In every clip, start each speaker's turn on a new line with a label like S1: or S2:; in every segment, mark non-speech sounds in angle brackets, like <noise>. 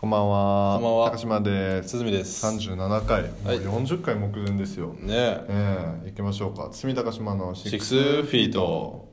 S1: こんばんは。
S2: こんばんは
S1: 高島です。
S2: 鈴見です
S1: 三十七回、も
S2: は
S1: う
S2: い
S1: 四十回目前ですよ。
S2: ねえ
S1: ええ行きましょうか。堤高島のシ
S2: シックスフィート。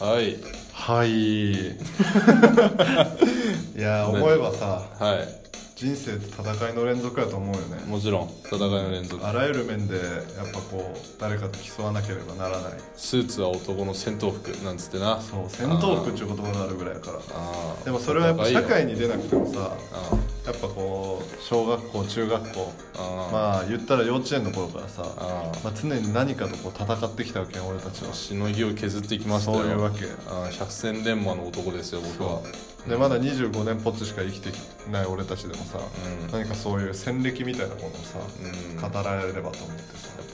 S2: はい
S1: はい。い
S2: <laughs>
S1: やー、
S2: ね
S1: 思えばさ、
S2: は
S1: 人生って戦いの連続やと思うよね
S2: い。もちろん戦いの連続
S1: あらゆる面で、やっぱこう、誰かと競わなければならない。
S2: スーツは男の戦闘服なんつってな
S1: そう、戦闘服っていう言葉があるぐらいやから。
S2: ああ
S1: でもそれはやっぱ
S2: 戦いよ
S1: 社会に出なくてもさ、
S2: あ
S1: やっぱこう、小学校、中学校、
S2: あああ
S1: まあ言ったら幼稚園の頃からさ、
S2: あ
S1: まあ、常に何かとこう戦ってきたわけよ俺たちは
S2: あしのぎを削っていきましたよ
S1: そういうわけ
S2: ああ百戦錬磨の男ですよ僕は
S1: でまだ25年ぽっちしか生きてきてない俺たちでもさ、
S2: うん
S1: 何かそういう戦歴みたいなものをさ、
S2: うん
S1: 語られればと思ってさ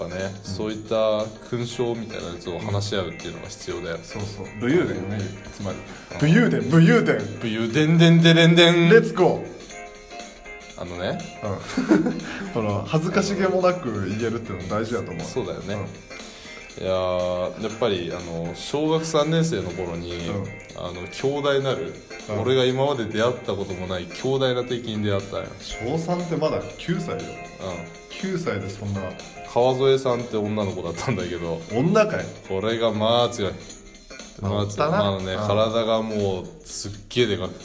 S2: やっぱね、そういった勲章みたいなやつを話し合うっていうのが必要だよ。
S1: そうそう武勇伝ねつまり武勇伝武勇伝
S2: ブユデンデンデレンデン
S1: レッツゴ
S2: あのね、
S1: ー、うん、 <laughs> この恥ずかしげもなく言えるっていうの大事だと思う
S2: そうだよね
S1: ん
S2: いやーやっぱりあの小学3年生の頃に、
S1: うん
S2: あの強大なる、
S1: うん
S2: 俺が今まで出会ったこともない強大な敵に出会ったんよ、
S1: 小3ってまだ9歳よ9歳でそんな
S2: うん、川添さんって女の子だったんだけど
S1: 女かい
S2: これがまあ強い
S1: まあ
S2: まあ
S1: おった
S2: 強い
S1: な
S2: まあね
S1: うん
S2: 体がもうすっげえでかく
S1: <laughs>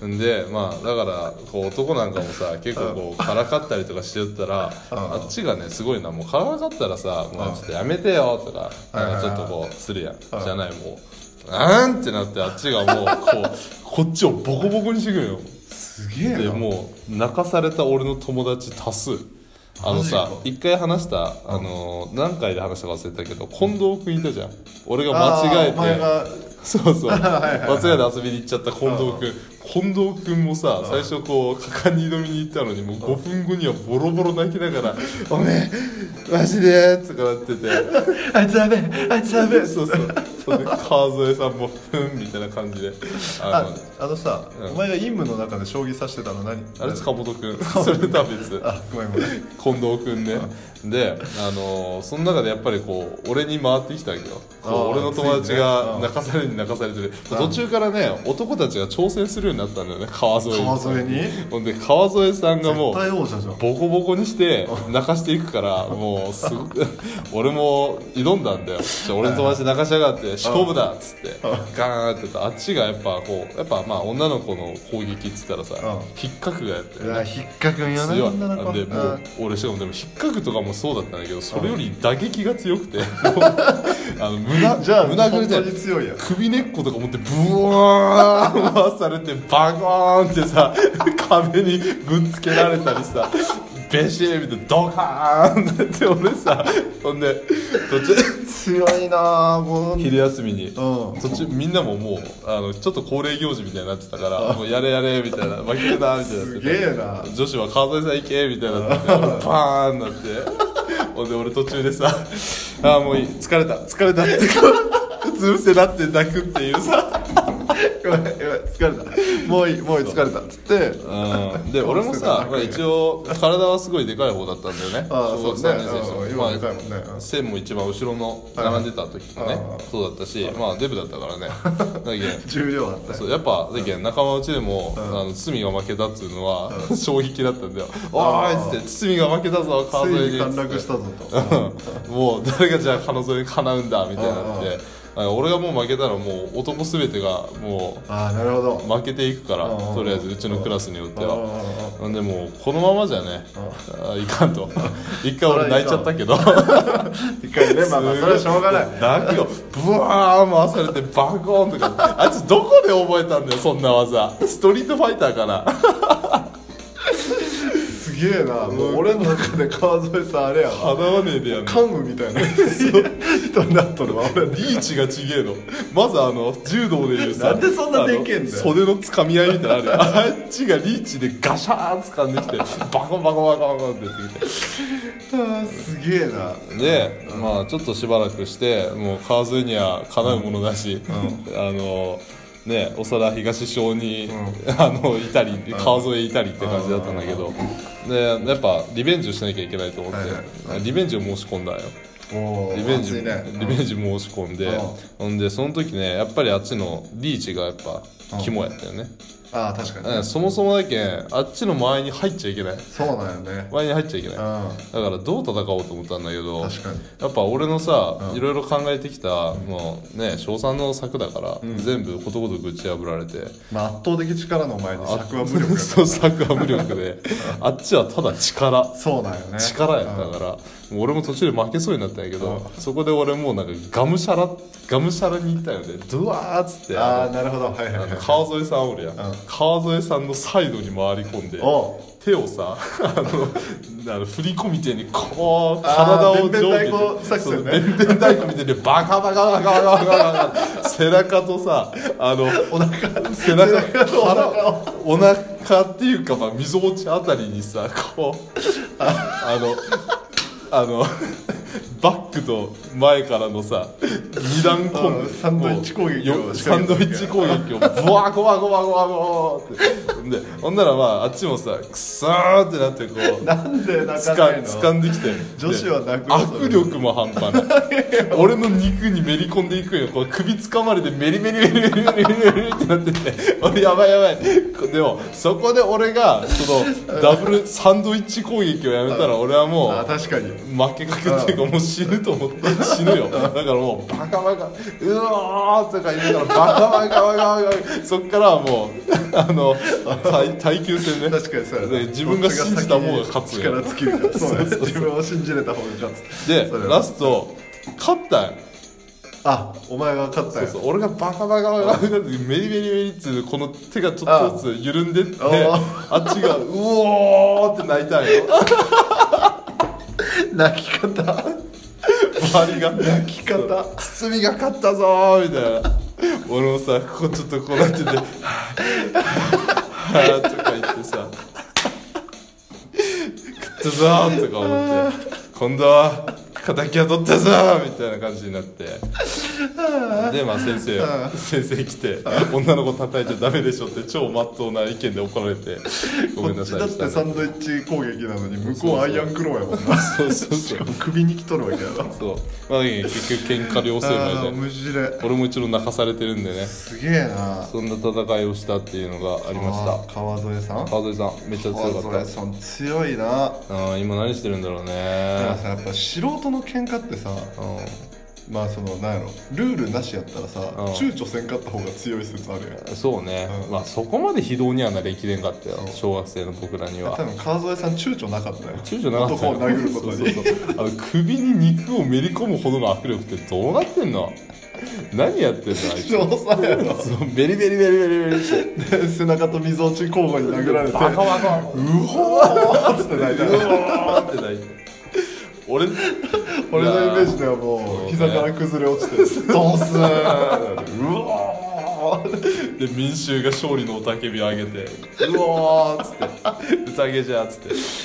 S2: てんでまあだからこう男なんかもさ結構こうからかったりとかしてたら
S1: うん
S2: あっちがねすごいなもうからかったらさ「もうちょっとやめてよ」とか
S1: はいはい
S2: な
S1: は
S2: ん
S1: い
S2: かちょっとこうするやんじゃないもう「あーん!」ってなってあっちがもうこうこっちをボコボコにしてくるよ
S1: すげえな
S2: でもう泣かされた俺の友達多数あのさ
S1: マジ
S2: 一回話したあのー何回で話したか忘れたけど近藤君いたじゃん俺が間違
S1: あーお前
S2: えて
S1: が
S2: <laughs> そうそう
S1: <laughs> はいはいはい
S2: 間違えて遊びに行っちゃった近藤君近藤君もさ最初こう果敢に挑みに行ったのにもう5分後にはボロボロ泣きながら「おめえマジで」とかなってて
S1: あいつやべえあいつやべえ
S2: そうそうそれで川添さんも「ふん」みたいな感じであ
S1: あ
S2: の
S1: あのさ、
S2: うん
S1: お前が陰夢の中で将棋指してたの何
S2: あれ塚本君それとは別
S1: あごめんごめん
S2: 近藤君ねで、あのーその中でやっぱりこう俺に回ってきたわけよこう
S1: あー
S2: 俺の友達が
S1: ついにね
S2: 泣かされに泣かされてる途中からね男たちが挑戦するようになったんだよね川添
S1: 川添に
S2: ほんで川添さんがも
S1: 絶対
S2: う
S1: 王者じゃん
S2: ボコボコにして泣かしていくからもうすごく <laughs> 俺も挑んだんだよじゃあ俺の友達泣かしやがって勝負だっつってガーンってやったあっちがやっぱこうやっぱまあ女の子の攻撃っつったらさ
S1: う
S2: 引っかくがやって
S1: いや引っかくんよね
S2: 強い
S1: 女の子
S2: でも
S1: う
S2: うん俺しかもでも引っかくとかもそうだったんだけどそれより打撃が強
S1: <laughs>
S2: くてあの胸
S1: じゃあ
S2: 胸ぐ
S1: 本
S2: り
S1: 当
S2: で
S1: に強いやん
S2: 首根っことか持ってブワーン回されてバコーンってさ壁にぶつけられたりさベシーみたいなドカーンってやって俺さほんで途中
S1: 強いなあもう
S2: 昼休みに
S1: うん
S2: 途中みんなももうあのちょっと恒例行事みたいになってたからもうやれやれみたいな負けるなみたいになって
S1: す
S2: て
S1: げえな
S2: 女子は川添さん行けみ
S1: <laughs>
S2: たいになってて俺バーンなってほんで俺途中でさ「ああもういい疲れた疲れた」ってう <laughs> つ伏せなって泣くっていうさ
S1: やばいやばい疲れたもういいもういい疲れたっつって
S2: うんで俺もさ、まあ、一応体はすごいでかい方だったんだよね
S1: ああそうね
S2: 小学三年生の
S1: うん
S2: 時
S1: 今でかいもんね
S2: まあ線も一番後ろの並んでた時も
S1: はい
S2: ね
S1: ああ
S2: そうだったしまあデブだっ
S1: <laughs>
S2: たからねだけど
S1: 重量あった
S2: そうやっぱだけど仲間内でも、あの堤が負けたっつうのは、 <laughs> 衝撃だったんだよ「おーい!」っつって「堤が負けたぞ川
S1: つ
S2: 添
S1: い
S2: に」
S1: に
S2: っつっ
S1: 陥
S2: て
S1: 落したぞと
S2: うんもう誰がじゃあ彼女にかなうんだみたいになって
S1: うんうん
S2: なんか俺がもう負けたらもう男全てがも
S1: ああなるほど
S2: う負けていくから
S1: うんうん
S2: とりあえずうちのクラスによって
S1: うん
S2: は
S1: うんうん
S2: なんでもうこのままじゃねあいか
S1: <laughs>
S2: んと一回俺泣いちゃったけど
S1: 一回ねまあまあそれはしょうがない
S2: 泣くよブワーン回されてバコーンとかあいつどこで覚えたんだよそんな技ストリートファイターかな
S1: <laughs> すげえなもう俺の中で川添さんあれやわ
S2: 叶わねえでやんの
S1: カンムみたいな人になっとるわ俺
S2: リーチがちげえのまずあの柔道でいうさ
S1: なんでそんなでけえんだよ
S2: あの袖のつかみ合いみたいなのあるよあっちがリーチでガシャーン掴んできてバコンバコンバコンバコンってやってき
S1: あーすげえな
S2: てで、まあちょっとしばらくしてもう川添にはかなうものだし、あのね長田東小に、あのいたり川添いたりって感じだったんだけど、でやっぱリベンジをしなきゃいけないと思って、
S1: はい
S2: リベンジを申し込んだよ
S1: おー
S2: リベンジ、
S1: 熱いね
S2: リベンジ申し込んで、
S1: うん
S2: ほんでその時ねやっぱりあっちのリーチがやっぱ肝やったよね、
S1: ああ確かに
S2: うん
S1: ね
S2: そもそもだけんあっちの間合いに入っちゃいけない
S1: そうなんよね
S2: 間合いに入っちゃいけないだか
S1: う
S2: らどう戦おうと思ったんだけど
S1: ん確かに
S2: やっぱ俺のさ、
S1: うん
S2: いろいろ考えてきたもうね賞賛の策だから、全部ことごとく打ち破られて
S1: まあ圧倒的力の前に作は無力やか
S2: <laughs> そう策は無
S1: <laughs>
S2: 力であっちはただ力
S1: らそうなんよね
S2: 力やったから、もう俺も途中で負けそうになったんやけど、そこで俺もうなんかがむしゃらがむしゃらに行ったよねドワーっつって
S1: ああなるほどはいはい
S2: あ
S1: はい
S2: の川添さんおるやん、
S1: ん
S2: 川添さんのサイドに回り込んで
S1: おう
S2: 手をさ <laughs> あのあの振り子みたいにこう
S1: あー
S2: 体を
S1: 弁
S2: 上
S1: 々太
S2: 下
S1: 鼓
S2: に
S1: 作
S2: そう
S1: 戦ね
S2: 弁々太鼓みたいにバカバカバカバカバカバカ背中とさあのお腹背中
S1: 背中とお腹を
S2: 腹お腹っていうか、まあ、溝落ちあたりにさこうあのあのバックと前からのさ二段コン
S1: う
S2: ボ
S1: んサンドイッチ攻撃を
S2: よサンドイッチ攻撃をブワーゴワゴワゴワゴワってでほんならまああっちもさクソーってなってこう
S1: なんで泣
S2: つ
S1: か
S2: か
S1: ないの
S2: 掴んできて
S1: 女子は泣くよそれ
S2: 握力も半端ない俺の肉にめり込んでいくんよこう首つかまれてメリメリメリメリメリメリメリってなってて俺やばいやばいでもそこで俺がそのダブルサンドイッチ攻撃をやめたら俺はも
S1: あ
S2: う
S1: ー確かに
S2: 負けかけっていうかもう死ぬと思って死ぬよだからもうバカバカうわーとか言いながらバカバカバカバカそっからはもうあの耐耐久戦ね
S1: 確かにそうやな
S2: で自分が信じた方が勝つよ
S1: 力尽きるからそうやね
S2: そうそうそう
S1: 自分を信じれた方が勝つ
S2: で
S1: それは
S2: ラスト勝ったんよ
S1: あお前が勝った
S2: そう
S1: よ
S2: そう俺がバカバカバカバカってメリメリメリっつうこの手がちょっとずつ緩んでって
S1: あ
S2: あっちがうおーって泣いたんよ <laughs>
S1: 泣き方
S2: 周りが
S1: 泣き方
S2: 包みが勝ったぞーみたいな俺もさここちょっとこうなってて「はぁはぁ」とか言ってさ「食ったぞ」とか思って「今度は敵は取ったぞ」みたいな感じになってでまあ先生先生来て「女の子叩いちゃダメでしょ」って超まっとうな意見で怒られて「ご
S1: こ
S2: め
S1: っ
S2: んな
S1: ち
S2: さい」
S1: だってサンドイッチ攻撃なのに向こうアイアンクローやもんな
S2: そうそうそう
S1: 首に来とるわけやろ
S2: そうまあ結局喧嘩両成
S1: ああ
S2: 敗で
S1: 面白い
S2: 俺も一度泣かされてるんでね
S1: すげえな
S2: そんな戦いをしたっていうのがありま
S1: あ
S2: し
S1: ー川添さん
S2: た川添さんめっちゃ強か
S1: 川
S2: っ
S1: 添さん強いな
S2: たあー今何してるんだろう
S1: で
S2: ね
S1: もさやっぱ素人の喧嘩ってさまあそのなんやろルールなしやったらさ
S2: ん
S1: 躊躇せんかった方が強い説あるやん
S2: うんそうね、
S1: うん
S2: まあそこまで非道にはなりきれんかったよ
S1: そう
S2: 小学生の僕らには
S1: <laughs> 多分川添さん躊躇なかったよ
S2: 躊躇なかったよ
S1: 男を殴ることに
S2: そうそうそうあの首に肉をめり込むほどの握力ってどうなってんの何やってんの
S1: <laughs>
S2: あいつ
S1: 調査やろ
S2: そうベリベリベリベリベリって
S1: で背中と溝落ち交互に殴られて
S2: バカバカ
S1: うほーっつって泣いた
S2: うわーって泣いて俺
S1: 俺のイメージではもう膝から崩れ落
S2: <laughs>
S1: ちてドンスーンうわー
S2: で民衆が勝利の雄たけびを上げて「うわ!」っつって「宴じゃ」っつってい
S1: す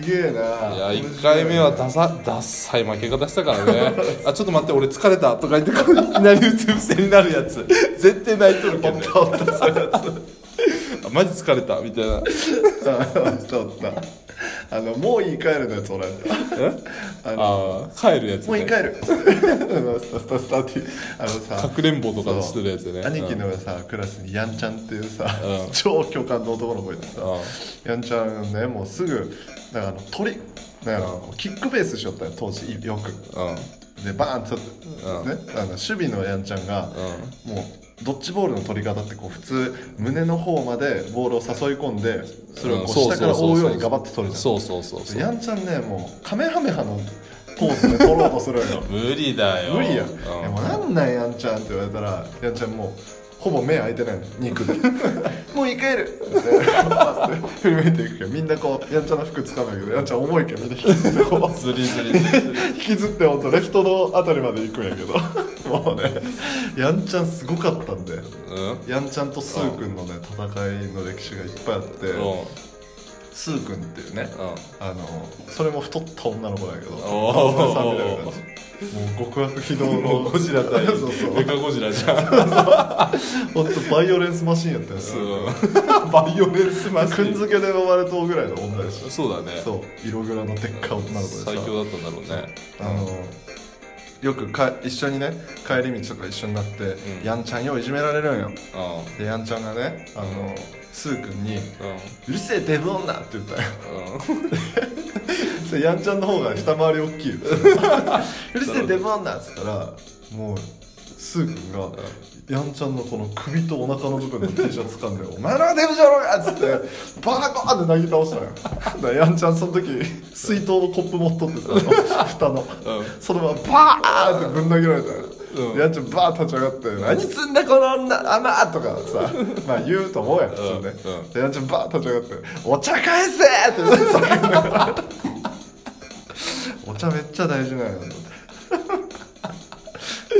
S1: げえない
S2: や1回目はダサダッサい負け方したから <laughs> ね「あちょっと待って俺疲れた」とか言ってこういきなりうつ伏せになるやつ絶対泣いとるけどね
S1: 倒ったそうや
S2: あマジ疲れたみたいな
S1: つ倒ったあのもういい帰るのやつおらん
S2: <laughs>
S1: あの
S2: あー帰るやつ、ね、
S1: もういい帰るスタスタスタっていうあの
S2: か
S1: さ
S2: くれんぼとかしてるやつね
S1: 兄貴
S2: うん
S1: のさクラスにやんちゃんっていうさ
S2: うん
S1: 超巨漢の男の子いてさ
S2: あ
S1: やんちゃんねもうすぐなんかあの鳥なんかあのキックベースしよったよ当時よく
S2: ー
S1: でバーンって取って、
S2: うん
S1: ね、あの守備のやんちゃんが、もうドッジボールの取り方ってこう普通胸の方までボールを誘い込んでそれをこう
S2: そう
S1: 下から
S2: そ
S1: 覆
S2: うそうそう
S1: うようにガバッと取る
S2: うん
S1: じゃん
S2: そうそうそうそう
S1: やんちゃんねもうカメハメハのポーズで取ろうとするのよ
S2: 無理だよ
S1: 無理や、
S2: うん
S1: いやもうなんなんやんちゃんって言われたらやんちゃんもうほぼ目開いてないの肉
S2: <laughs>
S1: でもういい帰るってパスで振り向いていくけどみんなこうやんちゃんの服つかないけどやんちゃん重いけどみんな引きずってこう
S2: ずりずりずりずり
S1: 引きずってほんとレフトのあたりまで行くんやけど <laughs> もうねやんちゃんすごかったんで
S2: <laughs> うん
S1: やんちゃんとスー君のね戦いの歴史がいっぱいあって
S2: うん
S1: スー君っていうね
S2: うん
S1: あのそれも太った女の子だけど
S2: おー
S1: おさんみたいな感じもう極悪非道 <laughs> の
S2: ゴジラ対 <laughs>
S1: そうそう
S2: メカゴジラじ <laughs> ゃん
S1: ほんとバイオレンスマシンやったよスー
S2: うん <laughs> バイオレンスマシ
S1: 君くん
S2: ン
S1: づけで呼ばれとうぐらいの女でし
S2: そうだね
S1: たそう色黒のでっかい女の子でした
S2: 最強だったんだろうね
S1: あのよくか一緒にね帰り道とか一緒になって、
S2: うん
S1: やんちゃんよういじめられるんよ
S2: うん
S1: でやんちゃんがねあの、スー君に
S2: うんうん
S1: 「うるせえデブ女!」って言
S2: <laughs>
S1: ったよそれやんちゃんの方が下回り大きい
S2: <laughs>
S1: ようるせえデブ女っつったらもうスー君がやんちゃんのこの首とお腹の部分の T シャツ
S2: <laughs>
S1: 掴んで「お前らがデブじゃろうが!」っつってバカバーって投げ倒したのよだからやんちゃんその時水筒のコップ持っとってさあの蓋の
S2: う
S1: そのままバーってぶん投げられたよ
S2: うん
S1: やんちゃんバーッ立ち上がって「何すんだこの女あま!」とかさまあ言うと思うやん普通ね
S2: うん
S1: でやんちゃんバーッ立ち上がって「お茶返せ!」って叫んだお茶めっちゃ大事なんやと思って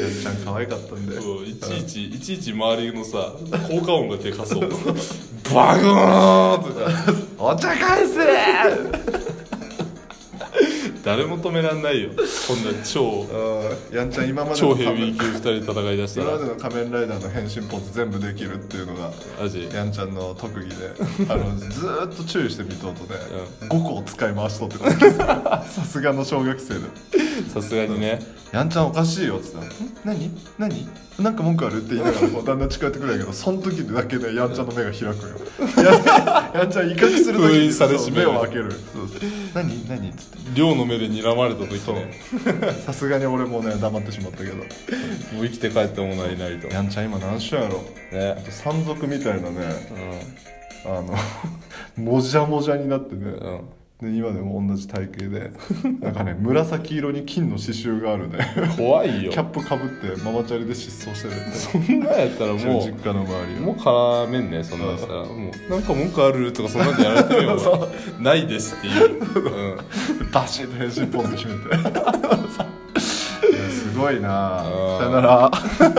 S1: やんちゃん可愛かったんで
S2: そういちいちいちいち周りのさ効果音がでかそうバグーンとか
S1: 「お茶返せ!」
S2: 誰も止めらんないよこんな超
S1: やんちゃん今まで
S2: 超
S1: の仮
S2: ヘビ
S1: 面
S2: ー級2人戦いだした
S1: 今ま
S2: ら
S1: での仮面ライダーの変身ポーズ全部できるっていうのが
S2: マジ
S1: やんちゃんの特
S2: <laughs>
S1: 技であのずーっと注意して見とうとね、5個を使い回しとってたんですよさす <laughs> がの小学生で
S2: さすがにね
S1: 「やんちゃんおかしいよ」っつったら「ん何何なんか文句ある?」って言いな
S2: <laughs>
S1: がらこうだんだん近寄ってくるんやけどその時だけねやんちゃんの目が開くよ <laughs> やんやんちゃん威嚇する時
S2: 封
S1: に
S2: 印され
S1: そう
S2: しめ
S1: 目
S2: る
S1: を開けるそうそう何何っつって
S2: 亮の目で睨まれた時ね
S1: さすがに俺もね黙ってしまったけど
S2: もう生きて帰った者はいないと
S1: やんちゃん今何種やろ
S2: ね
S1: 山賊みたいなね
S2: う
S1: あの <laughs> もじゃもじゃになってね、
S2: んうん
S1: で今でも同じ体型でなんかね紫色に金の刺繍があるね
S2: 怖いよ
S1: キャップかぶってママチャリで失踪してるみた
S2: そんなんやったら
S1: いな
S2: も
S1: うちの
S2: う
S1: 実家の周り
S2: も
S1: を
S2: う絡めんねそんなんしたらもうなんか文句あるとかそんなんでやられてるよ俺ないですっていう、うん、
S1: バシッと変 <laughs> 身ポーズ決めていやすごいな
S2: あー
S1: さよなら